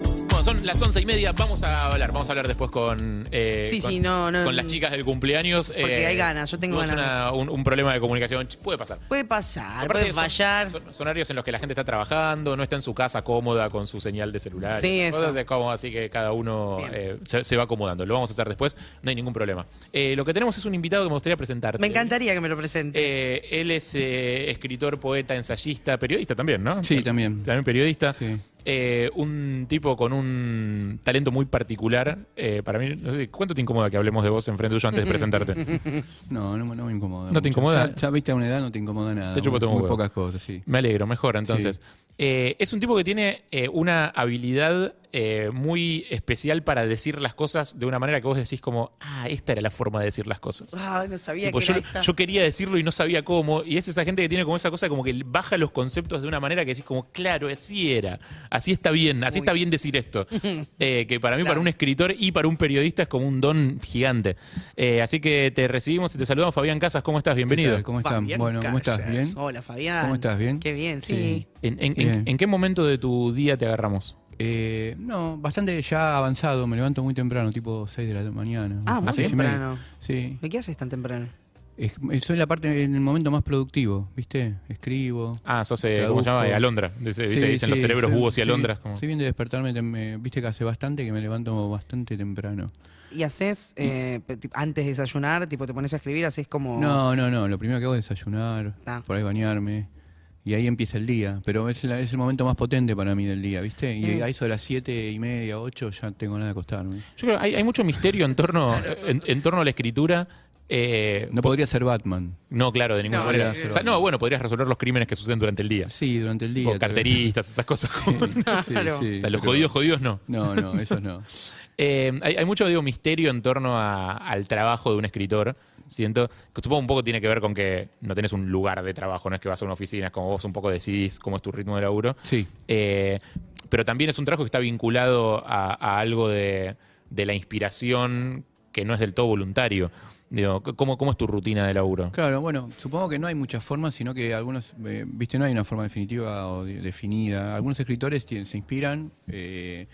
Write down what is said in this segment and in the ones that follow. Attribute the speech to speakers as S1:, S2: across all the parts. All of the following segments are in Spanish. S1: Bueno, son las once y media, vamos a hablar, vamos a hablar después con, eh,
S2: Sí,
S1: con,
S2: sí, no, no.
S1: con las chicas del cumpleaños. eh,
S2: Porque hay ganas, yo tengo
S1: tuvimos una-
S2: ganas.
S1: un, un problema de comunicación, ch- puede pasar.
S2: Puede pasar,
S1: Aparte
S2: puede
S1: son-
S2: fallar.
S1: Son, son horarios en los que la gente está trabajando, no está en su casa cómoda con su señal de celular.
S2: Sí,
S1: esas
S2: eso.
S1: cosas, es como así que cada uno
S2: Bien.
S1: eh, se, se va acomodando. Lo vamos a hacer después, no hay ningún problema. Eh, lo que tenemos es un invitado que me gustaría presentarte.
S2: Me encantaría que me lo presente.
S1: Eh, él es eh, escritor, poeta, ensayista, periodista también, ¿no?
S3: Sí, también.
S1: También periodista.
S3: Sí.
S1: Eh, un tipo con un talento muy particular. eh, para mí, no sé si- cuánto te incomoda que hablemos de vos enfrente tuyo antes de presentarte.
S3: No, no, no me incomoda.
S1: ¿No te
S3: mucho.
S1: incomoda?
S3: Ya, ya viste a una edad, no te incomoda nada.
S1: Te chupa
S3: muy,
S1: todo un
S3: muy
S1: huevo.
S3: pocas cosas, sí.
S1: Me alegro, mejor entonces. Eh, es un tipo que tiene eh, una habilidad eh, muy especial para decir las cosas de una manera que vos decís como, ah, esta era la forma de decir las cosas.
S2: Ay, no sabía
S1: Tipo,
S2: que
S1: yo,
S2: era esta.
S1: yo quería decirlo y no sabía cómo. Y es esa gente que tiene como esa cosa como que baja los conceptos de una manera que decís como, claro, así era. Así está bien, así
S2: Uy.
S1: está bien decir esto. Eh, que para mí,
S2: Claro.
S1: para un escritor y para un periodista es como un don gigante. Eh, así que te recibimos y te saludamos, Fabián Casas. ¿Cómo estás?
S3: ¿Qué
S1: Bienvenido.
S3: tal? ¿Cómo están?
S2: Fabián
S3: Bueno, ¿cómo estás?
S2: Callas.
S3: ¿Bien?
S2: Hola, Fabián.
S3: ¿Cómo estás? ¿Bien?
S2: Qué bien, sí.
S3: Sí.
S1: ¿En, en- en-
S3: Bien.
S1: en qué momento de tu día te agarramos?
S3: Eh, no, bastante ya avanzado. Me levanto muy temprano, tipo 6 de la mañana.
S2: Ah, muy
S3: Seis y
S2: temprano.
S3: media. Sí.
S2: ¿Y qué haces tan temprano?
S3: Es- eh, soy la parte, en el momento más productivo, ¿viste? Escribo.
S1: Ah, sos, eh, ¿cómo
S3: Traduzco.
S1: se llama? Eh, Alondra. Dice-
S3: Sí,
S1: ¿viste? Dicen
S3: sí,
S1: los cerebros
S3: soy-
S1: búhos y
S3: soy-
S1: alondras. como-
S3: Soy bien de despertarme, tem- eh, viste que hace bastante que me levanto bastante temprano.
S2: ¿Y haces eh, pe- tip- antes de desayunar, tipo te pones a escribir, haces como...
S3: No, no, no. Lo primero que hago es desayunar,
S2: Ah.
S3: por ahí bañarme. Y ahí empieza el día. Pero es, la- es el momento más potente para mí del día, ¿viste? Y
S2: Mm.
S3: a eso de las siete y media, ocho, ya tengo ganas de acostarme.
S1: Yo creo que hay, hay mucho misterio en torno, en, en torno a la escritura. Eh,
S3: No podría ser Batman.
S1: No, claro, de ninguna
S2: No,
S1: manera.
S3: podría ser
S1: O sea, no, bueno, podrías resolver los crímenes que suceden durante el día.
S3: eh, Sí, durante el día.
S1: Tipo, carteristas, esas cosas. como-
S2: Claro.
S1: o sea, los jodidos, jodidos no.
S3: No, no, esos no.
S1: Eh, hay, hay mucho, digo, misterio en torno a- al trabajo de un escritor. Siento que supongo un poco tiene que ver con que no tenés un lugar de trabajo, no es que vas a una oficina, es como vos un poco decidís cómo es tu ritmo de laburo.
S3: Sí.
S1: Eh, pero también es un trabajo que está vinculado a, a algo de, de la inspiración que no es del todo voluntario. Digo, c- ¿cómo, cómo es tu rutina de laburo?
S3: Claro, bueno, supongo que no hay muchas formas, sino que algunos, eh, viste, no hay una forma definitiva o de- definida. Algunos escritores tien- se inspiran eh,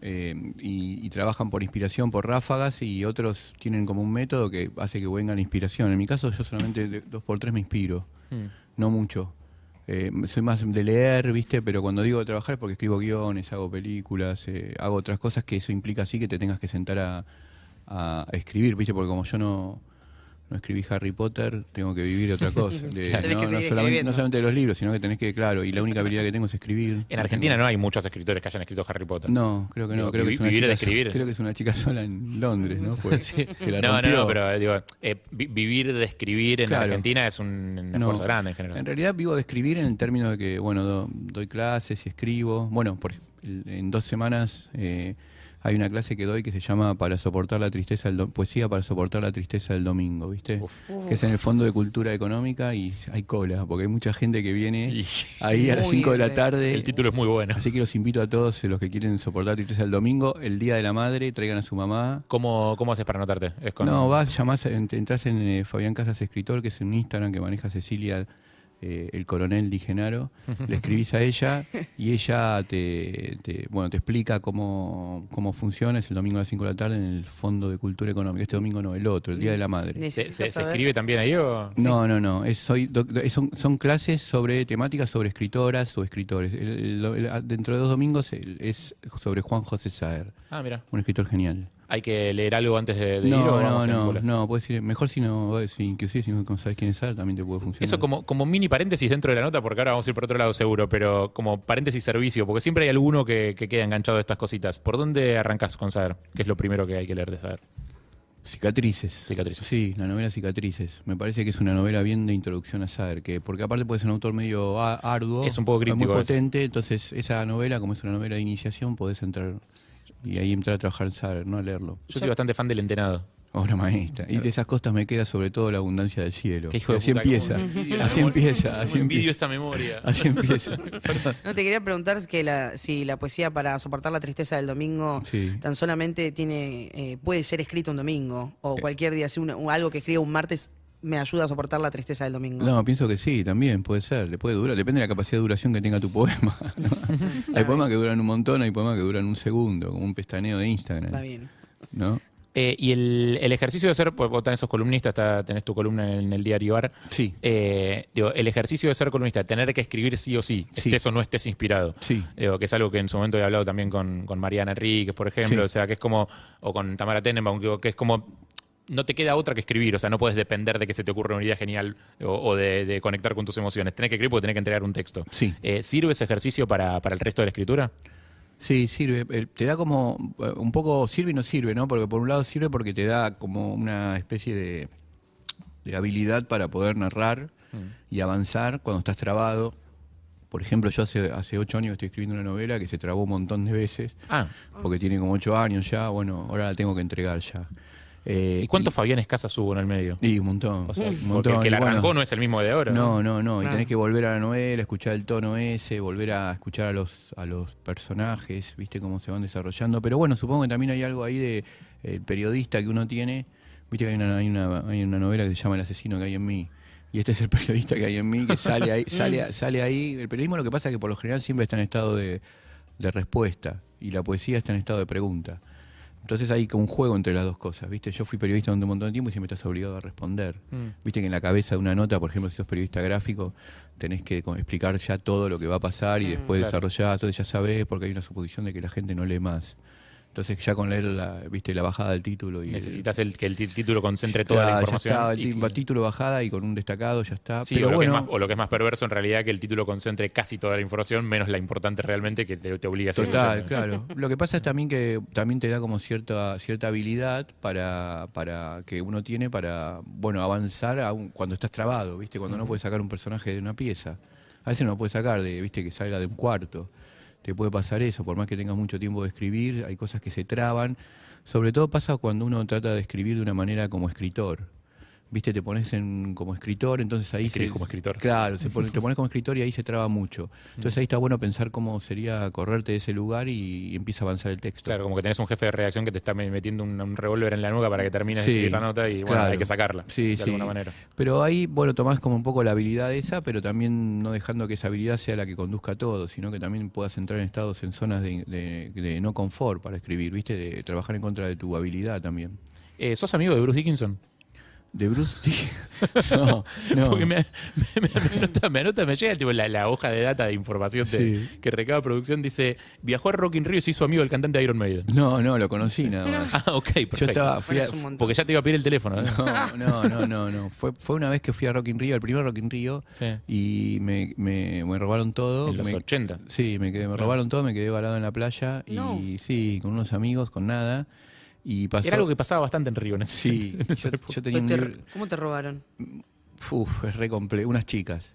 S3: eh, y, y trabajan por inspiración, por ráfagas, y otros tienen como un método que hace que venga la inspiración. En mi caso, yo solamente de- dos por tres me inspiro, no mucho. Eh, soy más de leer, viste, pero cuando digo trabajar es porque escribo guiones, hago películas, eh, hago otras cosas que eso implica así que te tengas que sentar a, a escribir, viste, porque como yo no, no escribí Harry Potter, tengo que vivir otra cosa. De-
S2: Claro. Tenés
S3: no,
S2: que seguir
S3: no solamente,
S2: escribiendo.
S3: no solamente de los libros, sino que tenés que, claro, y la única habilidad que tengo es escribir.
S1: En Argentina no hay muchos escritores que hayan escrito Harry Potter.
S3: No, creo que no.
S1: Digo,
S3: creo, que
S1: vivi-
S3: es una
S1: vivir
S3: chica,
S1: de escribir.
S3: creo que es una chica sola en Londres, ¿no? Pues, que la
S1: No, no,
S3: rompió.
S1: no, pero eh, digo, eh, vi- vivir de escribir en
S3: Claro.
S1: Argentina es un
S3: No.
S1: esfuerzo grande en general.
S3: En realidad vivo de escribir en el término de que, bueno, do- doy clases y escribo. Bueno, por, el- en dos semanas eh, hay una clase que doy que se llama para soportar la tristeza del do- poesía para soportar la tristeza del domingo, ¿viste?
S1: Uf.
S3: Que es en el Fondo de Cultura Económica y hay cola, porque hay mucha gente que viene
S1: Y-
S3: ahí a las
S2: Muy
S3: 5 de la
S2: bien.
S3: tarde.
S1: El título es muy bueno.
S3: Así que los invito a todos eh, los que quieren soportar tristeza del domingo, el Día de la Madre, traigan a su mamá.
S1: ¿Cómo, cómo haces para anotarte? Es con-
S3: No, vas, llamás, ent- entras en eh, Fabián Casas Escritor, que es un Instagram que maneja Cecilia, eh, el coronel Di Genaro. Le escribís a ella y ella te, te- bueno, te explica cómo, cómo funciona. Es el domingo a las 5 de la tarde en el Fondo de Cultura Económica. Este domingo no, el otro, el Día de la Madre.
S1: ¿Se,
S2: Necesito
S1: se- se
S2: saber-
S1: escribe también ahí o...?
S3: No, no, no. Es, soy doc- es- son, son clases sobre temáticas sobre escritoras o escritores. El- el- el- dentro de dos domingos el- es sobre Juan José Saer,
S1: Ah, mira.
S3: un escritor genial.
S1: ¿Hay que leer algo antes de, de ir o
S3: No,
S1: vamos
S3: no,
S1: en
S3: no,
S1: bolas?
S3: no, puedes ir, mejor si no, si, inclusive si no sabes quién es Sara, también te puede funcionar.
S1: Eso como, como mini paréntesis dentro de la nota, porque ahora vamos a ir por otro lado seguro, pero como paréntesis servicio, porque siempre hay alguno que, que queda enganchado de estas cositas. ¿Por dónde arrancas con saber? ¿Qué es lo primero que hay que leer de saber?
S3: Cicatrices.
S1: Cicatrices.
S3: Sí, la novela Cicatrices. Me parece que es una novela bien de introducción a Saer, que porque aparte puede ser un autor medio a- arduo,
S1: Es un poco críptico a
S3: muy
S1: veces.
S3: potente, entonces esa novela, como es una novela de iniciación, podés entrar y ahí entrar a trabajar en Saer, no a leerlo.
S1: Yo soy bastante fan del entenado.
S3: Obra maestra. Y de esas costas me queda sobre todo la abundancia del cielo.
S1: Qué hijo de
S3: así,
S1: puta,
S3: empieza,
S1: cómo envidio,
S3: así
S1: cómo-
S3: empieza,
S1: cómo
S3: así
S1: envidio
S3: empieza,
S1: esa memoria.
S3: así empieza. Perdón.
S2: No, te quería preguntar que la, si la poesía para soportar la tristeza del domingo
S3: Sí.
S2: tan
S3: Eh.
S2: solamente tiene eh, puede ser escrita un domingo o cualquier día, si una- o algo que escriba un martes me ayuda a soportar la tristeza del domingo.
S3: No, pienso que sí, también puede ser, le puede durar, depende de la capacidad de duración que tenga tu poema. ¿no? hay poemas que duran un montón, hay poemas que duran un segundo, como un pestaneo de Instagram.
S2: Está bien.
S3: ¿no?
S1: Eh, y el, el ejercicio de ser, pues vos tenés sos columnista, está- tenés tu columna en el diario AR.
S3: Sí.
S1: Eh, digo, el ejercicio de ser columnista, tener que escribir sí o sí,
S3: Sí.
S1: estés o no estés inspirado.
S3: Sí.
S1: Digo, que es algo que en su momento he hablado también con, con Mariana Enríquez, por ejemplo,
S3: Sí.
S1: o sea, que es como, o con Tamara Tenenbaum, que, que es como, no te queda otra que escribir, o sea, no puedes depender de que se te ocurra una idea genial o, o de, de conectar con tus emociones. Tenés que escribir porque tenés que entregar un texto.
S3: Sí.
S1: Eh, ¿Sirve ese ejercicio para, para el resto de la escritura?
S3: Sí, sirve. El- Te da como eh, un poco sirve y no sirve, ¿no? Porque por un lado sirve porque te da como una especie de, de habilidad para poder narrar
S2: Mm.
S3: y avanzar cuando estás trabado. Por ejemplo, yo hace, hace ocho años estoy escribiendo una novela que se trabó un montón de veces,
S1: Ah.
S3: porque tiene como ocho años ya, bueno, ahora la tengo que entregar ya. Eh,
S1: ¿Y cuántos Fabián Escasas hubo en el medio?
S3: Y un montón.
S1: O sea,
S3: un
S1: porque
S3: montón.
S1: el que la
S3: Y bueno,
S1: arrancó no es el mismo de ahora.
S3: no, no, no. Y
S2: Claro.
S3: tenés que volver a la novela, escuchar el tono ese, volver a escuchar a los, a los personajes, viste cómo se van desarrollando. Pero bueno, supongo que también hay algo ahí de eh, el periodista que uno tiene. Viste que hay una, hay una, hay una novela que se llama El asesino que hay en mí. Y este es el periodista que hay en mí, que sale ahí, sale, sale ahí. El periodismo lo que pasa es que por lo general siempre está en estado de, de respuesta y la poesía está en estado de pregunta. Entonces hay como un juego entre las dos cosas, ¿viste? Yo fui periodista durante un montón de tiempo y siempre estás obligado a responder.
S1: Mm.
S3: Viste que en la cabeza de una nota, por ejemplo, si sos periodista gráfico, tenés que co- explicar ya todo lo que va a pasar y
S1: Mm,
S3: después desarrollar, entonces ya sabés, porque hay una suposición de que la gente no lee más. Entonces ya con leer la, viste, la bajada del título y el-
S1: Necesitas el, que el ti- título concentre toda
S3: ya-
S1: la
S3: ya
S1: información.
S3: está, el
S1: y
S3: ti-
S1: que-
S3: título bajada y con un destacado ya está.
S1: sí,
S3: Pero
S1: o, lo
S3: bueno,
S1: que es más, o lo que es más perverso en realidad que el título concentre casi toda la información, menos la importante realmente que te, te obliga a hacer
S3: Total,
S1: un-
S3: claro. Lo que pasa es también que también te da como cierta cierta habilidad para, para que uno tiene para bueno avanzar a un- cuando estás trabado, viste, cuando no puedes sacar un personaje de una pieza. A veces no lo puedes sacar de, viste, que salga de un cuarto. Te puede pasar eso, por más que tengas mucho tiempo de escribir, hay cosas que se traban. Sobre todo pasa cuando uno trata de escribir de una manera como escritor. Viste, te pones en, como escritor, entonces ahí
S1: Escribís
S3: se-
S1: como escritor.
S3: Claro, se pone- te pones como escritor y ahí se traba mucho. Entonces ahí está bueno pensar cómo sería correrte de ese lugar y, y empieza a avanzar el texto.
S1: Claro, como que tenés un jefe de redacción que te está metiendo un, un revólver en la nuca para que termines
S3: Sí,
S1: de escribir la nota y bueno,
S3: claro.
S1: hay que sacarla
S3: Sí,
S1: de
S3: sí.
S1: alguna manera.
S3: Pero ahí, bueno, tomás como un poco la habilidad esa, pero también no dejando que esa habilidad sea la que conduzca a todo, sino que también puedas entrar en estados, en zonas de, de- de no confort para escribir, ¿viste? De trabajar en contra de tu habilidad también.
S1: Eh, ¿Sos amigo de Bruce Dickinson?
S3: De Bruce Lee? No, no.
S1: Porque me, me- me- me anota, me anota, me llega tipo, la, la hoja de data de información de-
S3: Sí.
S1: que recaba producción. Dice, viajó a Rock in Rio y se hizo amigo del cantante de Iron Maiden.
S3: No, no, lo conocí nada más.
S1: Ah, ok, perfecto.
S3: Yo estaba, fui
S2: Bueno,
S3: a,
S2: es un montón.
S1: Porque ya te iba a pedir el teléfono. ¿eh?
S3: No, no, no, no, no. Fue, fue una vez que fui a Rock in Rio, el primer Rock in Rio,
S1: Sí.
S3: y me, me, me robaron todo.
S1: En los
S3: Me-
S1: 80.
S3: Sí, me, quedé, me robaron todo, me quedé varado en la playa,
S2: No.
S3: y sí, con unos amigos, con nada, y pasó...
S1: Era algo que pasaba bastante en Río. ¿no?
S3: Sí, yo, yo tenía
S2: Pero Pues
S3: un
S2: te-
S3: libro...
S2: ¿Cómo te robaron?
S3: Uf, es re complejo. Unas chicas.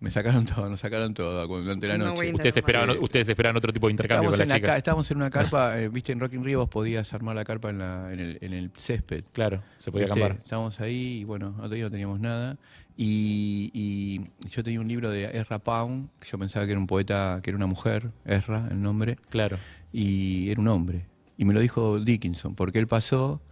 S3: Me sacaron todo, nos sacaron todo durante la
S2: No voy a
S3: noche.
S2: intentar
S1: Ustedes esperaban,
S3: Sí.
S1: ustedes esperaban otro tipo de intercambio
S3: Estábamos
S1: con
S3: en,
S1: las
S3: la ca-
S1: chicas.
S3: estábamos en una carpa, eh, viste, en Rock in Rio vos podías armar la carpa en, la- en el, en el césped.
S1: Claro, se podía
S3: Viste,
S1: acampar.
S3: Estábamos ahí y bueno, otro día no teníamos nada. Y, y yo tenía un libro de Ezra Pound, que yo pensaba que era un poeta, que era una mujer, Ezra, el nombre,
S1: Claro.
S3: y era un hombre. Y me lo dijo Dickinson, porque él pasó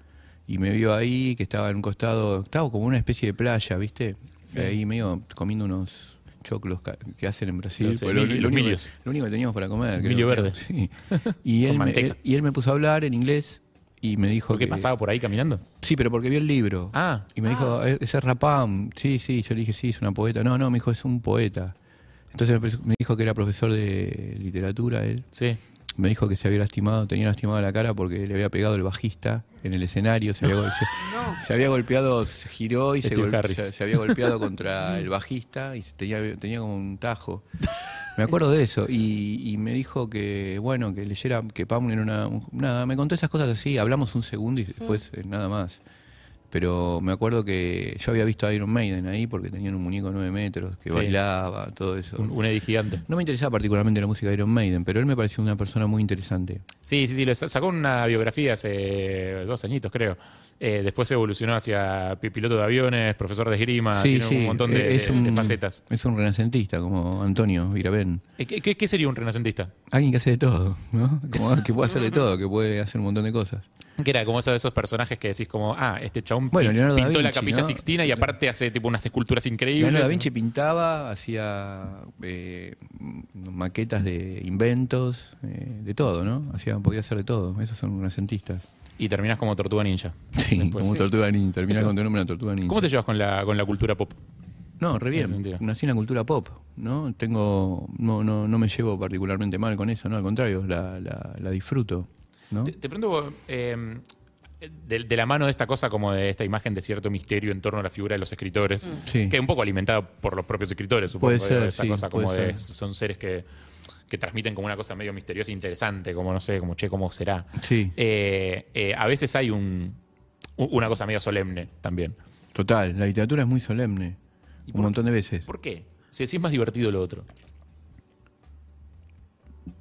S3: y me vio ahí, que estaba en un costado, estaba como en una especie de playa, ¿viste? Ahí medio comiendo unos choclos ca- que hacen en Brasil.
S1: Los, eh,
S3: porque lo-
S1: mil-
S3: lo
S1: los
S3: único-
S1: milios.
S3: lo único que teníamos para comer. creo
S1: Milio
S3: que-
S1: verde.
S3: Sí. Y él, me,
S1: manteca.
S3: él- y él me puso a hablar en inglés y me dijo
S1: ¿Por qué
S3: que-
S1: pasaba por ahí caminando?
S3: Sí, pero porque vio el libro.
S1: Ah.
S3: Y me dijo, "Eh, ese rapam, sí, sí, yo le dije, sí, es una poeta. No, no, me dijo, es un poeta. Entonces me pre- me dijo que era profesor de literatura él.
S1: Sí.
S3: Me dijo que se había lastimado, tenía lastimada la cara porque le había pegado el bajista en el escenario, se había, gol- se- se había golpeado, se giró y se,
S1: Steve
S3: gol-
S1: Este Harris.
S3: se- se había golpeado contra el bajista y tenía, tenía como un tajo. Me acuerdo de eso y, y me dijo que, bueno, que leyera, que Pam era una... un- Nada, me contó esas cosas así, hablamos un segundo y después eh, nada más. Pero me acuerdo que yo había visto a Iron Maiden ahí porque tenían un muñeco de 9 metros que
S1: Sí.
S3: bailaba, todo eso.
S1: Un, un Eddie gigante.
S3: No me interesaba particularmente la música de Iron Maiden, pero él me pareció una persona muy interesante.
S1: Sí, sí, sí. lo sa- Sacó una biografía hace dos añitos, creo. Eh, después evolucionó hacia pi- piloto de aviones, profesor de esgrima,
S3: Sí,
S1: Ah, tiene
S3: sí, eh, e-
S1: un montón de,
S3: es
S1: de
S3: un-
S1: facetas.
S3: Es un renacentista como Antonio Virabén.
S1: Eh, ¿Qué, qué- qué sería un renacentista?
S3: Alguien que hace de todo, ¿no? Como que puede hacer de todo, que puede hacer un montón de cosas.
S1: Que era como esos de esos personajes que decís como, ah, este chabón
S3: Bueno,
S1: pin-
S3: Leonardo da
S1: pintó la
S3: Vinci,
S1: capilla
S3: ¿no?
S1: Sixtina y aparte hace tipo unas esculturas increíbles.
S3: Leonardo da Vinci pintaba, hacía eh, maquetas de inventos, eh, de todo, ¿no? Hacía, podía hacer de todo. Esos son renacentistas.
S1: Y terminás como tortuga ninja.
S3: Sí,
S1: Después.
S3: como tortuga ninja. Terminás
S1: Eso.
S3: con tu nombre una tortuga ninja.
S1: ¿Cómo te llevas con la, con la cultura pop?
S3: No, re
S1: En ese
S3: bien.
S1: sentido.
S3: Nací en la cultura pop, ¿no? Tengo, no, no, no me llevo particularmente mal con eso, ¿no? Al contrario, la, la- la disfruto, ¿no?
S1: Te, te pregunto, eh, de, de la mano de esta cosa, como de esta imagen de cierto misterio en torno a la figura de los escritores,
S3: Sí.
S1: que es un poco alimentada por los propios escritores, supongo.
S3: Puede
S1: de-
S3: ser,
S1: de esta
S3: sí,
S1: cosa
S3: puede
S1: como de,
S3: ser.
S1: son seres que, que transmiten como una cosa medio misteriosa e interesante, como no sé, como che, ¿cómo será?
S3: Sí.
S1: Eh, eh, a veces hay un, u- una cosa medio solemne también.
S3: Total, la literatura es muy solemne. Un montón de veces.
S1: ¿Por qué? Si si es más divertido lo otro.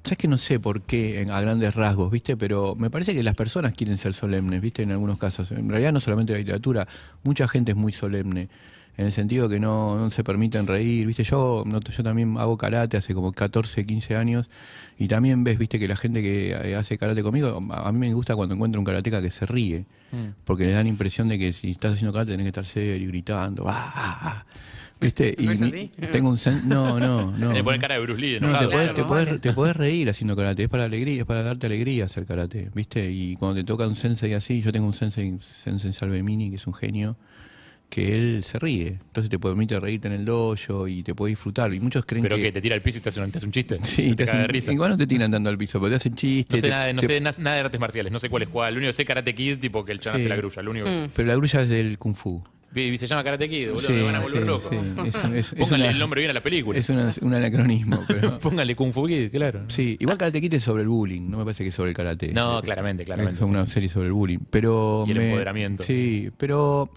S3: Sabes que no sé por qué en- a grandes rasgos, ¿viste? Pero me parece que las personas quieren ser solemnes, ¿viste? En algunos casos. En realidad no solamente la literatura, mucha gente es muy solemne. En el sentido que no, no se permiten reír, ¿viste? Yo, no- yo también hago karate hace como 14, 15 años y también ves, ¿viste? Que la gente que eh, hace karate conmigo, a a mí me gusta cuando encuentro un karateca que se ríe,
S2: Mm.
S3: porque le da la impresión de que si estás haciendo karate tenés que estar serio, gritando, ¡ah! ah, ah", ¿Viste?
S2: ¿No es
S3: mi-
S2: así?
S3: tengo un sen- No, no, no.
S1: Le ponen cara de Bruce Lee,
S3: No,
S1: enojado.
S3: te podés,
S2: Claro,
S3: te
S2: más
S3: podés-
S2: vale.
S3: te podés reír haciendo karate, es para alegría, es para darte alegría hacer karate, ¿viste? Y cuando te toca un sensei así, yo tengo un sensei, sensei Salvemini, que es un genio, que él se ríe. Entonces te permite reírte en el dojo y te puede disfrutar. Y muchos creen
S1: Pero que
S3: que...
S1: te tira al piso y te hace un, te hace un chiste. se
S3: Sí,
S1: te
S3: te
S1: cae de
S3: hacen-
S1: risa.
S3: Igual no te tiran dando al piso, pero te hacen chistes.
S1: No sé,
S3: te-
S1: nada, de- no
S3: te-
S1: sé na- nada de artes marciales, no sé cuál es cuál. Lo único que sé Karate Kid, tipo que el chan
S3: Sí.
S1: hace la grulla. Lo único que sé.
S3: Mm. Pero la grulla es del kung fu.
S1: Y- y se llama Karate Kid, boludo,
S3: Sí,
S1: me van a volver
S3: sí,
S1: loco.
S3: sí. Es un- es- es
S1: Pónganle
S3: una-
S1: el nombre bien a la película.
S3: Es una- un anacronismo, pero...
S1: Pónganle Kung Fu Kid, claro.
S3: Sí, igual Karate Kid es sobre el bullying, no me parece que es sobre el karate.
S1: No,
S3: Eh,
S1: claramente, claramente,
S3: Es una serie sobre el bullying, pero...
S1: Y el
S3: me-
S1: empoderamiento.
S3: Sí, pero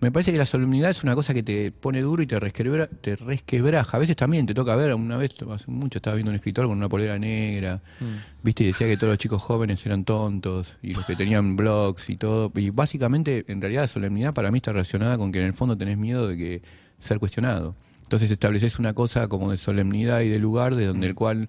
S3: me parece que la solemnidad es una cosa que te pone duro y te, resquebra- te resquebraja. A veces también te toca ver, una vez, hace mucho estaba viendo un escritor con una polera negra,
S1: Mm.
S3: viste, y decía que todos los chicos jóvenes eran tontos, y los que tenían blogs y todo. Y básicamente, en realidad, la solemnidad para mí está relacionada con que en el fondo tenés miedo de que ser cuestionado. Entonces estableces una cosa como de solemnidad y de lugar de
S1: Mm.
S3: donde el cual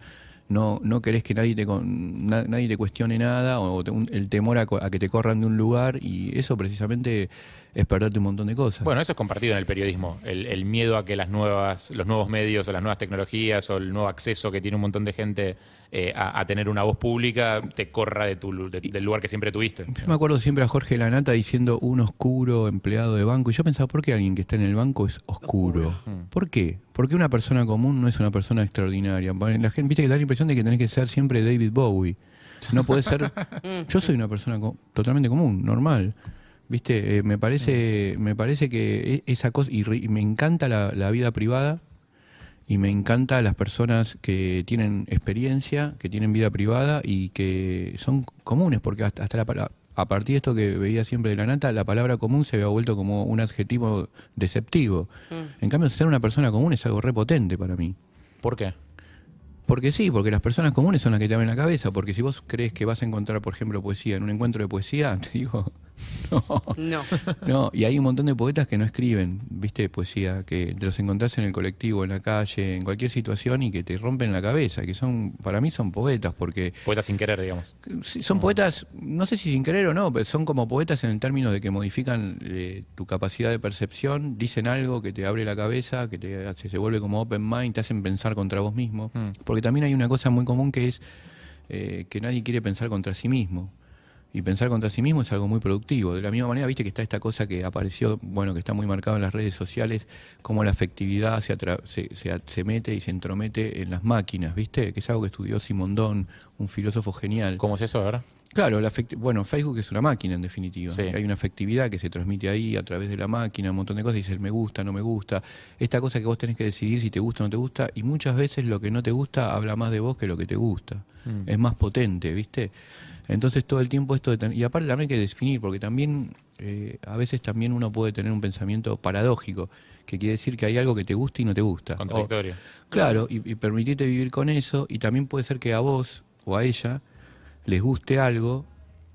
S3: no, no querés que nadie te, con- na- nadie te cuestione nada o te- un- el temor a, co- a que te corran de un lugar y eso precisamente es perderte un montón de cosas.
S1: Bueno, eso es compartido en el periodismo. El, el miedo a que las nuevas, los nuevos medios o las nuevas tecnologías o el nuevo acceso que tiene un montón de gente eh, a, a tener una voz pública te corra de tu, lu- de- del lugar que siempre tuviste.
S3: Yo me acuerdo siempre a Jorge Lanata diciendo un oscuro empleado de banco. Y yo pensaba, ¿por qué alguien que está en el banco es oscuro? ¿Por qué? Porque una persona común no es una persona extraordinaria. La gente, viste que da la impresión de que tenés que ser siempre David Bowie. No podés ser. Mm. yo soy una persona co- totalmente común, normal. Viste, Eh, me parece, me parece que e- esa cosa, y, re- y me encanta la- la vida privada, y me encanta las personas que tienen experiencia, que tienen vida privada y que son comunes, porque hasta, hasta la pala- a partir de esto que veía siempre de la nata, la palabra común se había vuelto como un adjetivo deceptivo. En cambio, ser una persona común es algo repotente para mí.
S1: ¿Por qué?
S3: Porque sí, porque las personas comunes son las que te abren la cabeza, porque si vos crees que vas a encontrar, por ejemplo, poesía en un encuentro de poesía, te digo, no,
S2: No.
S3: no, y hay un montón de poetas que no escriben, viste, poesía, que te los encontrás en el colectivo, en la calle, en cualquier situación y que te rompen la cabeza, que son, para mí son poetas, porque
S1: Poeta sin querer, digamos.
S3: sí, son poetas, no sé si sin querer o no, pero son como poetas en el término de que modifican eh, tu capacidad de percepción, dicen algo que te abre la cabeza, que te hace- se vuelve como open mind, te hacen pensar contra vos mismo. Porque también hay una cosa muy común que es eh, que nadie quiere pensar contra sí mismo. Y pensar contra sí mismo es algo muy productivo. De la misma manera, viste que está esta cosa que apareció, bueno, que está muy marcada en las redes sociales, cómo la afectividad se, atra- se, se at- se mete y se entromete en las máquinas, viste, que es algo que estudió Simondón, un filósofo genial.
S1: ¿Cómo es eso, verdad?
S3: Claro, la afect- bueno, Facebook es una máquina en definitiva.
S1: Sí.
S3: Hay una afectividad que se transmite ahí a través de la máquina, un montón de cosas. Dice el me gusta, no me gusta. Esta cosa que vos tenés que decidir si te gusta o no te gusta. Y muchas veces lo que no te gusta habla más de vos que lo que te gusta.
S1: Mm.
S3: Es más potente, ¿viste? Entonces todo el tiempo esto de ten- Y aparte también hay que definir, porque también eh, a veces también uno puede tener un pensamiento paradójico, que quiere decir que hay algo que te gusta y no te gusta. O-
S1: Contradictorio.
S3: Claro, y, y permitirte vivir con eso, y también puede ser que a vos o a ella les guste algo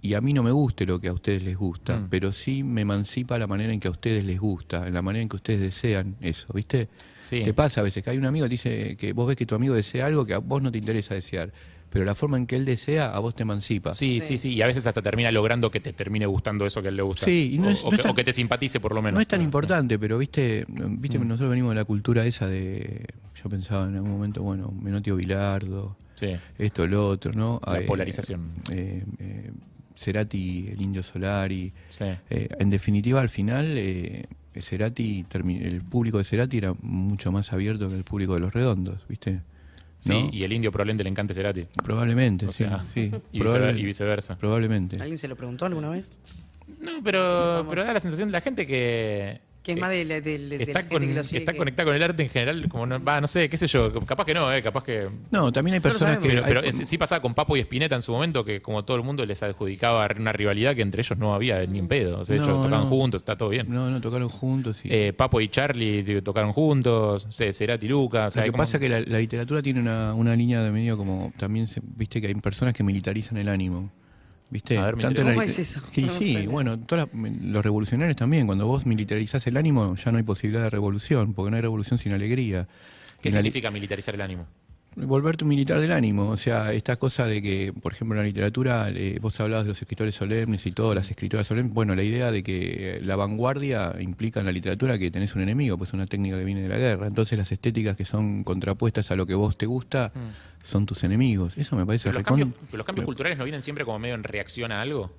S3: y a mí no me guste lo que a ustedes les gusta,
S1: Mm.
S3: pero sí me emancipa la manera en que a ustedes les gusta, en la manera en que ustedes desean eso, ¿viste?
S1: Sí.
S3: Te pasa a veces que hay un amigo que dice que vos ves que tu amigo desea algo que a vos no te interesa desear, pero la forma en que él desea a vos te emancipa.
S1: Sí, sí, sí, Y a veces hasta termina logrando que te termine gustando eso que a él le gusta.
S3: Sí, y no
S1: o,
S3: es-
S1: o
S3: no
S1: que,
S3: es tan-
S1: o que te simpatice por lo menos. Mm.
S3: No es tan importante, pero viste, viste nosotros venimos de la cultura esa de. Yo pensaba en algún momento, bueno, Menotio Bilardo,
S1: Sí.
S3: esto, lo otro, ¿no?
S1: La
S3: Eh,
S1: polarización.
S3: eh, eh, Cerati, el Indio Solari.
S1: Sí.
S3: Eh, en definitiva, al final, eh, Cerati, termi- el público de Cerati era mucho más abierto que el público de los redondos, ¿viste?
S1: Sí,
S3: ¿No?
S1: y el indio probablemente le encante Cerati.
S3: Probablemente,
S1: O
S3: sí,
S1: sea,
S3: sí.
S1: y,
S3: probable-
S1: vicever- y viceversa.
S3: Probablemente.
S2: ¿Alguien se lo preguntó alguna vez?
S1: No, pero, pero da la sensación de la gente que.
S2: Que es más de, la- de- de- de la
S1: Eh, Está,
S2: gente
S1: con-
S2: que lo sigue.
S1: está
S2: que-
S1: conectada con el arte en general, como no, va, no sé, qué sé yo, capaz que no, eh, capaz que...
S3: No, también hay personas que.
S1: Pero, pero
S3: hay-
S1: es- sí pasaba con Papo y Espineta en su momento, que como todo el mundo les adjudicaba una rivalidad que entre ellos no había ni en pedo. O sea, de hecho,
S3: No,
S1: tocaban
S3: no.
S1: juntos, está todo bien.
S3: no, no, tocaron juntos y.
S1: Eh, Papo y Charlie t- tocaron juntos, se- Cerati y Lucas. o sea,
S3: lo que
S1: como-
S3: pasa es que la, la literatura tiene una, una línea de medio como también se- viste que hay personas que militarizan el ánimo. ¿Viste?
S1: A ver, me
S3: en la
S2: interesa. ¿Cómo
S3: liter-
S2: es eso?
S3: Sí,
S2: No me
S3: sí,
S2: sorprende.
S3: bueno, todas las- los revolucionarios también, cuando vos militarizás el ánimo ya no hay posibilidad de revolución, porque no hay revolución sin alegría.
S1: ¿Qué
S3: Y la li-
S1: significa militarizar el ánimo?
S3: Volverte un militar del ánimo, o sea, esta cosa de que, por ejemplo, en la literatura, eh, vos hablabas de los escritores solemnes y todo, las escritoras solemnes, bueno, la idea de que eh, la vanguardia implica en la literatura que tenés un enemigo, pues es una técnica que viene de la guerra, entonces las estéticas que son contrapuestas a lo que vos te gusta son tus enemigos, eso me parece
S1: Mm. Pero los,
S3: recon-
S1: cambios, pero los cambios
S3: me-
S1: culturales no vienen siempre como medio en reacción a algo.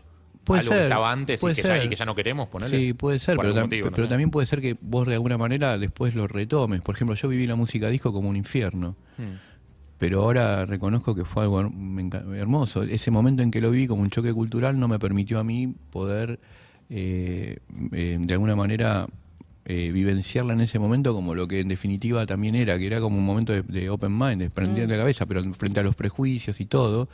S3: Puede
S1: algo
S3: ser,
S1: que estaba antes y
S3: puede
S1: que, ya,
S3: ser.
S1: y que ya no queremos ponerle.
S3: Sí, puede ser,
S1: Por
S3: pero,
S1: algún
S3: tam-
S1: motivo, no
S3: pero
S1: sé.
S3: también puede ser que vos de alguna manera después lo retomes. Por ejemplo, yo viví la música disco como un infierno. Pero ahora reconozco que fue algo her- me enca- hermoso. Ese momento en que lo vi como un choque cultural no me permitió a mí poder, eh, eh, de alguna manera, eh, vivenciarla en ese momento como lo que en definitiva también era, que era como un momento de, de open mind, de prender la cabeza, pero frente a los prejuicios y todo.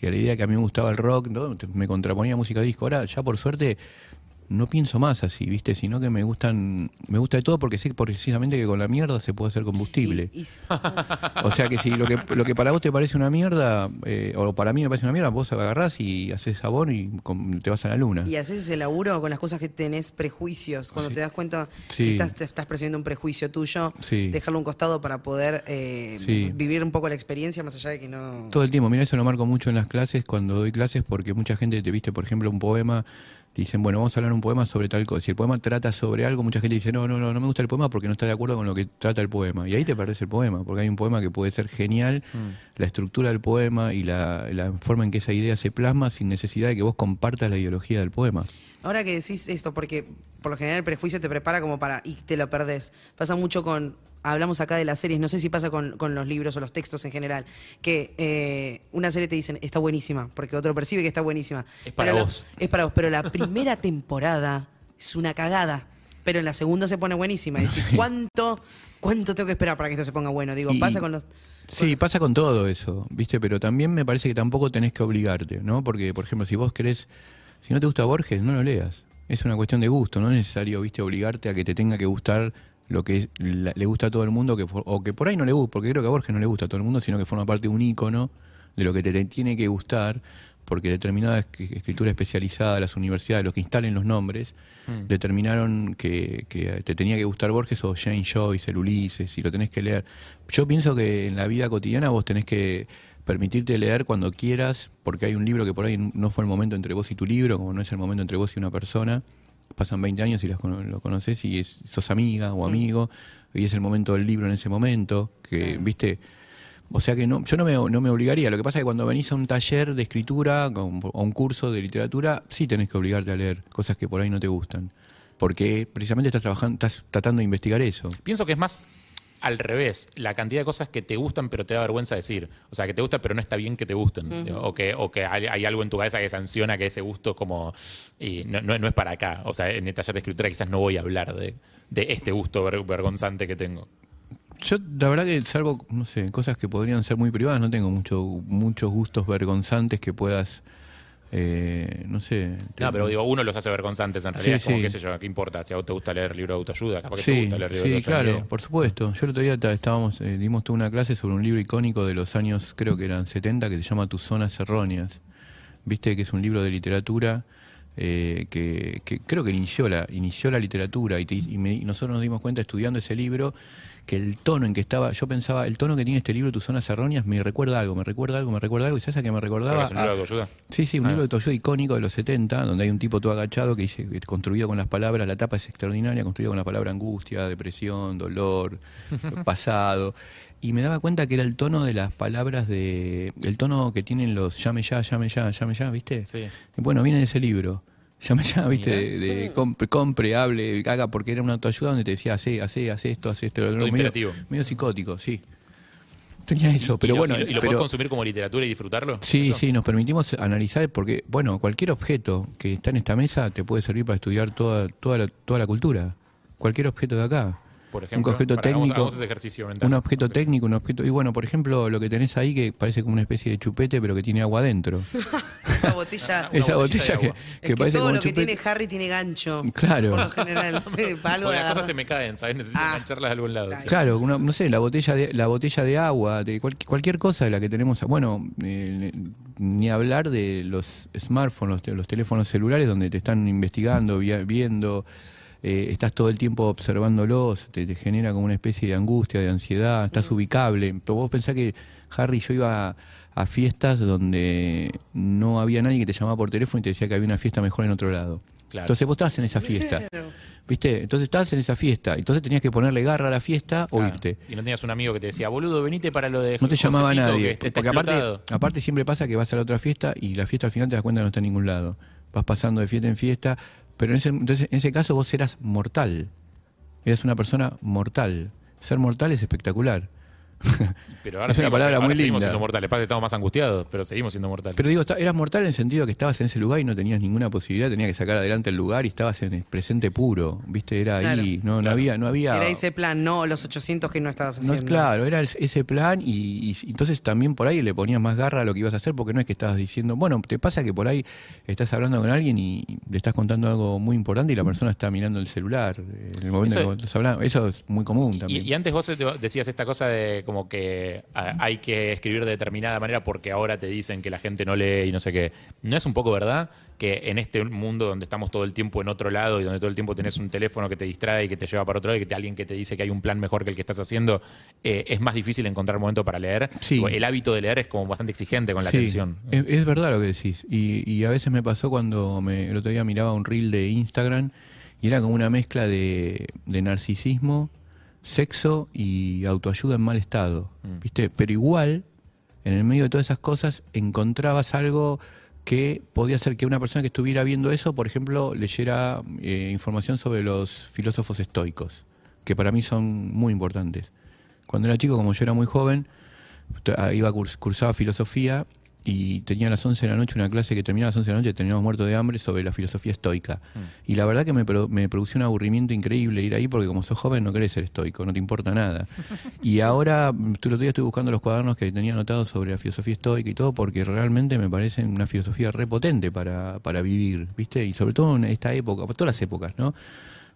S3: Y a la idea que a mí me gustaba el rock, todo, te- me contraponía música disco. Ahora, ya por suerte, no pienso más así, ¿viste? Sino que me gustan, me gusta de todo porque sé precisamente que con la mierda se puede hacer combustible.
S2: y- y- uf,
S3: O sea que si lo que, lo que para vos te parece una mierda, eh, o para mí me parece una mierda, vos agarrás y haces sabor y com- te vas a la luna.
S2: y haces ese laburo con las cosas que tenés prejuicios. Cuando
S3: Sí.
S2: te das cuenta
S3: Sí.
S2: que estás, te estás percibiendo un prejuicio tuyo,
S3: Sí.
S2: dejarlo a un costado para poder eh,
S3: Sí.
S2: vivir un poco la experiencia más allá de que no.
S3: Todo el tiempo, mira, eso lo marco mucho en las clases, cuando doy clases, porque mucha gente te viste, por ejemplo, un poema, dicen, bueno, vamos a hablar un poema sobre tal cosa. Si el poema trata sobre algo, mucha gente dice, no, no, no, no me gusta el poema porque no está de acuerdo con lo que trata el poema. Y ahí te perdés el poema, porque hay un poema que puede ser genial, la estructura del poema y la, la forma en que esa idea se plasma sin necesidad de que vos compartas la ideología del poema.
S2: Ahora que decís esto, porque por lo general el prejuicio te prepara como para y te lo perdés. Pasa mucho con. Hablamos acá de las series, no sé si pasa con, con los libros o los textos en general, que eh, una serie te dicen está buenísima, porque otro percibe que está buenísima.
S1: Es para
S2: Pero la-
S1: vos.
S2: es para vos, pero la primera temporada es una cagada, pero en la segunda se pone buenísima. Y decís, ¿cuánto, ¿Cuánto tengo que esperar para que esto se ponga bueno? Digo,
S3: Y-
S2: pasa con los...
S3: Sí, pasa con todo eso, ¿viste? Pero también me parece que tampoco tenés que obligarte, ¿no? Porque, por ejemplo, si vos querés, si no te gusta Borges, no lo leas. Es una cuestión de gusto, no es necesario, ¿viste? Obligarte a que te tenga que gustar lo que es- la- le gusta a todo el mundo, que por- o que por ahí no le gusta, porque creo que a Borges no le gusta a todo el mundo, sino que forma parte de un ícono de lo que te, te tiene que gustar, porque determinada es- escritura especializada, las universidades, los que instalen los nombres, determinaron que, que te tenía que gustar Borges o Jane Joyce, el Ulises, y lo tenés que leer. Yo pienso que en la vida cotidiana vos tenés que permitirte leer cuando quieras, porque hay un libro que por ahí no fue el momento entre vos y tu libro, como no es el momento entre vos y una persona. Pasan 20 años y las cono- lo conoces y es- sos amiga o amigo, y es el momento del libro en ese momento, que, viste, o sea que no, yo no me, no me obligaría. Lo que pasa es que cuando venís a un taller de escritura con- o a un curso de literatura, sí tenés que obligarte a leer cosas que por ahí no te gustan. Porque precisamente estás trabajando, estás tratando de investigar eso.
S1: Pienso que es más al revés, la cantidad de cosas que te gustan pero te da vergüenza decir. O sea, que te gusta pero no está bien que te gusten. O que, o que hay, hay algo en tu cabeza que sanciona que ese gusto es como... Y no, no- no es para acá. O sea, en el taller de escritura quizás no voy a hablar de, de este gusto ver- vergonzante que tengo.
S3: Yo, la verdad que salvo, no sé, cosas que podrían ser muy privadas, no tengo mucho, muchos gustos vergonzantes que puedas, eh, no sé. te-
S1: No, pero digo, uno los hace vergonzantes en realidad.
S3: Sí,
S1: es como,
S3: sí.
S1: qué sé yo, qué importa. Si a vos te gusta leer libro de autoayuda, capaz que te
S3: Sí,
S1: gusta leer libro de
S3: sí,
S1: autoayuda.
S3: claro, por supuesto. Yo el otro día ta- estábamos, eh, dimos toda una clase sobre un libro icónico de los años, creo que eran 70, que se llama Tus Zonas Erróneas, viste que es un libro de literatura eh, que, que creo que inició la, inició la literatura y, te- y me- y nosotros nos dimos cuenta estudiando ese libro que el tono en que estaba, yo pensaba, el tono que tiene este libro, Tus Zonas Erróneas, me recuerda algo, me recuerda algo, me recuerda algo, y sabes a qué me recordaba
S1: Porque es un libro
S3: A-
S1: de autoayuda.
S3: Sí, sí, un
S1: Ah.
S3: libro de Toyo icónico de los 70, donde hay un tipo todo agachado que dice, construido con las palabras, la tapa es extraordinaria, construido con la palabra angustia, depresión, dolor, pasado. Y me daba cuenta que era el tono de las palabras de. el tono que tienen los llame ya, llame ya, llame ya, ¿viste?
S1: Sí.
S3: Bueno, viene de ese libro. Llame ya, ¿viste? De, de compre, compre, hable, haga, porque era una autoayuda donde te decía, hace, hace, hace esto, hace esto, lo otro",
S1: Todo
S3: medio,
S1: imperativo.
S3: medio psicótico, sí. Tenía eso, pero
S1: y lo,
S3: bueno.
S1: y lo, y lo
S3: pero-
S1: podés consumir como literatura y disfrutarlo?
S3: Sí,
S1: ¿Eso?
S3: sí, nos permitimos analizar porque, bueno, cualquier objeto que está en esta mesa te puede servir para estudiar toda, toda, la, toda la cultura. Cualquier objeto de acá.
S1: Por ejemplo,
S3: un objeto
S1: para, hagamos-
S3: técnico.
S1: hagamos ese ejercicio mental.
S3: un objeto
S1: Aunque sea.
S3: técnico, un objeto. Y bueno, por ejemplo, lo que tenés ahí que parece como una especie de chupete, pero que tiene agua adentro.
S2: Esa botella.
S1: Ah, Una botellita
S3: Esa botella
S1: de
S3: que,
S1: agua.
S2: Es
S3: que parece
S2: todo
S3: como
S2: lo
S3: un
S2: que
S3: chupete.
S2: tiene Harry tiene gancho.
S3: Claro.
S2: Por lo general. para algo
S1: Porque las
S2: agarrar.
S1: cosas se me caen, ¿sabes? Necesito
S2: Ah.
S1: mancharlas de algún lado. sí.
S3: Claro, una- no sé, la botella de, la botella de agua, de cual- cualquier cosa de la que tenemos. Bueno, eh, ni hablar de los smartphones, los, te- los teléfonos celulares donde te están investigando, via- viendo, eh, estás todo el tiempo observándolos, te, te genera como una especie de angustia, de ansiedad, estás ubicable. Pero vos pensás que Harry y yo iba a, a fiestas donde no había nadie que te llamaba por teléfono y te decía que había una fiesta mejor en otro lado.
S1: Claro.
S3: Entonces vos estabas en esa fiesta. ¿Viste? Entonces estabas en esa fiesta. Entonces tenías que ponerle garra a la fiesta o
S1: Claro.
S3: irte.
S1: Y no tenías un amigo que te decía, boludo, venite para lo de
S3: No te llamaba
S1: Josecito,
S3: nadie.
S1: que está
S3: porque aparte,
S1: explotado".
S3: aparte siempre pasa que vas a la otra fiesta y la fiesta al final te das cuenta que no está en ningún lado. Vas pasando de fiesta en fiesta. Pero en ese, entonces, en ese caso vos eras mortal. Eras una persona mortal. Ser mortal es espectacular.
S1: Pero ahora
S3: es una
S1: seguimos-
S3: palabra
S1: ahora
S3: muy
S1: seguimos
S3: linda.
S1: siendo mortales. Aparte estamos más angustiados, pero seguimos siendo mortales.
S3: Pero digo, está- eras mortal en el sentido que estabas en ese lugar y no tenías ninguna posibilidad, tenías que sacar adelante el lugar y estabas en el presente puro. ¿Viste? Era ahí. No, no había, no había.
S2: Era ese plan, no los 800 que no estabas
S3: No,
S2: haciendo.
S3: es claro, era el- ese plan y, y- y entonces también por ahí le ponías más garra a lo que ibas a hacer porque no es que estabas diciendo, bueno, te pasa que por ahí estás hablando con alguien y le estás contando algo muy importante y la persona está mirando el celular eh, en el momento
S1: Eso
S3: en que
S1: es-
S3: vos estás hablando. Eso es muy común
S1: Y,
S3: también.
S1: y antes vos te- decías esta cosa de como que ah, hay que escribir de determinada manera porque ahora te dicen que la gente no lee y no sé qué. ¿No es un poco verdad que en este mundo donde estamos todo el tiempo en otro lado y donde todo el tiempo tenés un teléfono que te distrae y que te lleva para otro lado y que te- alguien que te dice que hay un plan mejor que el que estás haciendo, eh, es más difícil encontrar momento para leer?
S3: Sí.
S1: Digo, El hábito de leer es como bastante exigente con la
S3: Sí, Eh,
S1: atención.
S3: Es, es verdad lo que decís. Y, y a veces me pasó cuando me, el otro día miraba un reel de Instagram y era como una mezcla de, de narcisismo, sexo y autoayuda en mal estado.
S1: Mm.
S3: ¿Viste? Pero igual, en el medio de todas esas cosas, encontrabas algo que podía hacer que una persona que estuviera viendo eso, por ejemplo, leyera eh, información sobre los filósofos estoicos, que para mí son muy importantes. Cuando era chico, como yo era muy joven, t- ah, iba a curs- cursaba filosofía y tenía a las 11 de la noche una clase que terminaba a las 11 de la noche, terminábamos muertos de hambre sobre la filosofía estoica. Y la verdad que me, pro- me producía un aburrimiento increíble ir ahí porque como sos joven no querés ser estoico, no te importa nada. y ahora, mm, tú- el otro día estoy buscando los cuadernos que tenía anotados sobre la filosofía estoica y todo porque realmente me parecen una filosofía repotente para, para vivir, ¿viste? Y sobre todo en esta época, por todas las épocas, ¿no?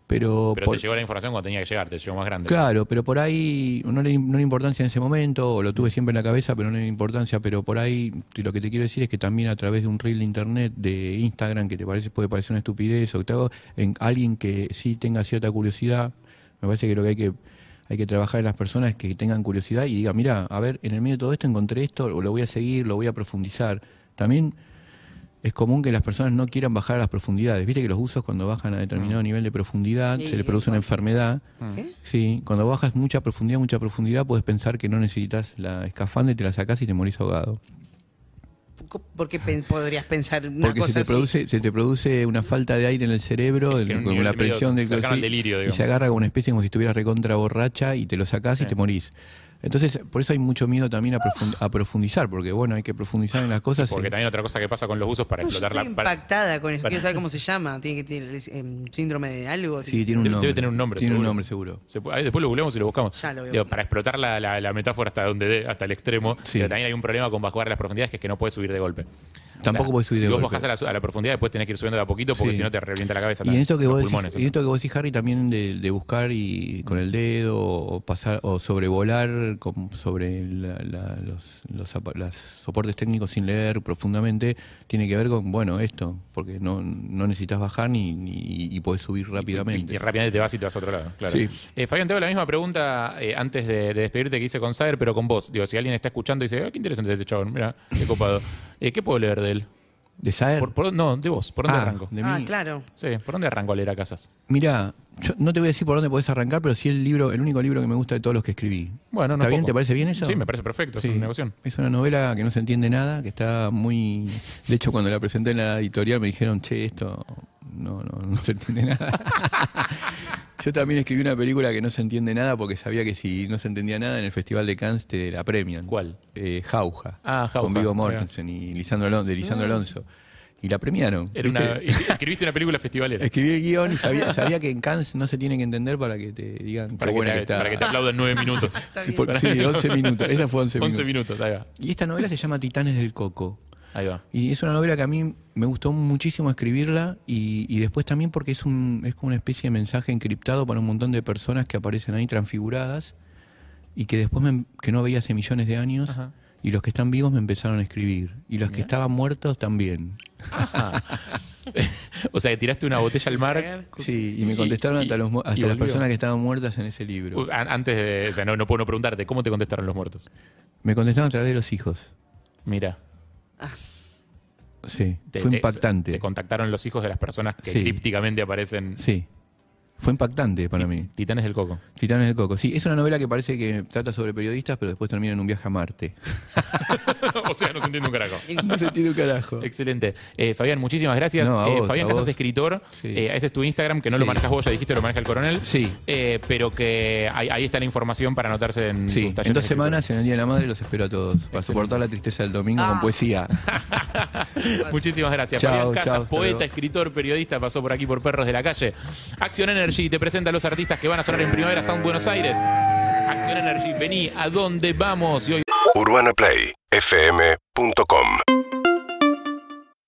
S3: Pero,
S1: Pero
S3: por-
S1: te llegó la información cuando tenía que llegar, te llegó más grande.
S3: Claro, pero por ahí no le, no le importancia en ese momento, o lo tuve siempre en la cabeza, pero no le importancia, pero por ahí y lo que te quiero decir es que también a través de un reel de internet, de Instagram, que te parece puede parecer una estupidez, o que te hago- en alguien que sí tenga cierta curiosidad, me parece que lo que hay que hay que trabajar en las personas que tengan curiosidad y diga, mira, a ver, en el medio de todo esto encontré esto, o lo voy a seguir, lo voy a profundizar. También es común que las personas no quieran bajar a las profundidades. Viste que los usos cuando bajan a
S1: Ah.
S3: determinado nivel de profundidad
S2: Y-
S3: se les produce una enfermedad.
S2: ¿Qué?
S3: Sí, cuando bajas mucha profundidad, mucha profundidad, puedes pensar que no necesitas la escafandra y te la sacás y te morís ahogado.
S2: ¿Por qué pen- podrías pensar una
S3: Porque
S2: cosa
S3: se te,
S2: así?
S3: produce, se te produce una falta de aire en el cerebro,
S1: Es que
S3: el-
S1: un
S3: con
S1: nivel
S3: la
S1: de medio
S3: presión del
S1: cercano al
S3: sí,
S1: delirio,
S3: y
S1: digamos.
S3: se agarra como una especie como si estuvieras recontra borracha y te lo sacás y te morís. Entonces, por eso hay mucho miedo también a, profund- a profundizar, porque bueno, hay que profundizar en las cosas.
S1: Porque
S3: y-
S1: también otra cosa que pasa con los usos para
S2: No, yo
S1: explotar
S2: estoy
S1: la... para-
S2: impactada con eso.
S1: para-
S2: Quiero saber cómo se llama. Tiene que tener es, em, síndrome de algo.
S3: sí, tiene
S1: Debe-
S3: un
S1: debe
S3: nombre.
S1: tener un nombre,
S3: Tiene
S1: seguro.
S3: un nombre seguro.
S1: Se puede- ahí después lo googleamos y lo buscamos.
S2: Ya lo veo.
S1: Digo, para explotar la, la- la metáfora hasta donde dé, hasta el extremo,
S3: Sí.
S1: pero también hay un problema con bajar las profundidades que es que no puedes subir de golpe.
S3: Tampoco podés subir
S1: Si
S3: de
S1: vos
S3: golpe.
S1: bajás a la, a la profundidad, después tenés que ir subiendo de a poquito porque
S3: Sí.
S1: si no te revienta la cabeza.
S3: Y en esto que
S1: los
S3: vos decís,
S1: pulmones,
S3: y en esto que vos decís, Harry, también de, de buscar y con el dedo o pasar o sobrevolar con- sobre la- la- los, los apa- las soportes técnicos sin leer profundamente, tiene que ver con, bueno, esto, porque no, no necesitas bajar ni, ni- y podés subir rápidamente.
S1: Y, y rápidamente te vas y te vas a otro lado, claro.
S3: Sí.
S1: Eh, Fabián, te hago la misma pregunta eh, antes de, de despedirte que hice con Saer, pero con vos. Digo, si alguien está escuchando y dice, ah, qué interesante este chabón, mira, qué copado. Eh, ¿Qué puedo leer de él?
S3: de saber.
S1: Por- por- no, de vos, ¿por dónde
S3: Ah,
S1: arranco?
S3: de
S2: Ah,
S3: mí.
S2: claro.
S1: Sí, ¿por dónde arranco a leer a casas?
S3: Mirá, yo no te voy a decir por dónde podés arrancar, pero sí el libro, el único libro que me gusta de todos los que escribí.
S1: Bueno, no
S3: ¿Está
S1: es
S3: bien?
S1: poco.
S3: ¿Te parece bien eso?
S1: Sí, me parece perfecto,
S3: Sí.
S1: es una negoción.
S3: Es una novela que no se entiende nada, que está muy... De hecho, cuando la presenté en la editorial me dijeron, che, esto no, no, no se entiende nada. Yo también escribí una película que no se entiende nada porque sabía que si no se entendía nada en el Festival de Cannes te la premian.
S1: ¿Cuál?
S3: Eh, Jauja.
S1: Ah, Jauja,
S3: Con Vigo
S1: mirá.
S3: Mortensen y Lisandro Alonso, de Lisandro Alonso. Y la premiaron.
S1: Era
S3: ¿viste?
S1: una- escribiste una película festivalera.
S3: Escribí el guión y sabía, sabía que en Cannes no se tiene que entender para que te digan
S1: para, que
S3: qué buena
S1: te,
S3: que está.
S1: para que te aplaudan nueve minutos.
S3: Sí, por- sí, 11 minutos. Esa fue 11 minutos.
S1: 11 minutos, ahí va.
S3: Y esta novela se llama Titanes del Coco.
S1: Ahí va.
S3: Y es una novela que a mí me gustó muchísimo escribirla y, y después también porque es, un, es como una especie de mensaje encriptado para un montón de personas que aparecen ahí transfiguradas y que después me- em, que no veía hace millones de años
S1: Ajá.
S3: y los que están vivos me empezaron a escribir y los que estaban muertos también.
S1: o sea, que tiraste una botella al mar
S3: Sí, y me contestaron
S1: y-
S3: hasta, los mu-
S1: y
S3: hasta las
S1: volvió.
S3: personas que estaban muertas en ese libro.
S1: Uh, an- Antes de. O sea, no, no puedo no preguntarte, ¿cómo te contestaron los muertos?
S3: Me contestaron a través de los hijos.
S1: Mira.
S3: Sí,
S1: te-
S3: fue
S1: te-
S3: impactante.
S1: Te contactaron los hijos de las personas que
S3: Sí.
S1: crípticamente aparecen.
S3: sí, fue impactante para mí.
S1: Titanes del Coco.
S3: Titanes del Coco. Sí, es una novela que parece que trata sobre periodistas, pero después termina en un viaje a Marte.
S1: o sea, no se entiende un carajo.
S3: no se tiene un carajo.
S1: Excelente. Eh, Fabián, muchísimas gracias.
S3: No, a
S1: Eh,
S3: vos,
S1: Fabián
S3: a
S1: Casas,
S3: vos.
S1: escritor.
S3: Sí.
S1: Eh, ese es tu Instagram, que no lo
S3: Sí.
S1: manejas vos, ya dijiste, lo maneja el coronel.
S3: Sí.
S1: Eh, pero que ahí, ahí está la información para anotarse en
S3: Sí,
S1: tus talleres
S3: en dos
S1: de
S3: semanas, en el Día de la Madre, los espero a todos. Para soportar la tristeza del domingo con poesía.
S1: escritura. Muchísimas gracias.
S3: Chao,
S1: Fabián
S3: chao,
S1: Casas,
S3: hasta
S1: poeta,
S3: luego.
S1: escritor, periodista, pasó por aquí por Perros de la Calle. Acción Energy te presenta a los artistas que van a sonar en Primavera Sound Buenos Aires. Acción Energy, vení, ¿a dónde vamos? Y hoy
S4: UrbanaPlayFM.com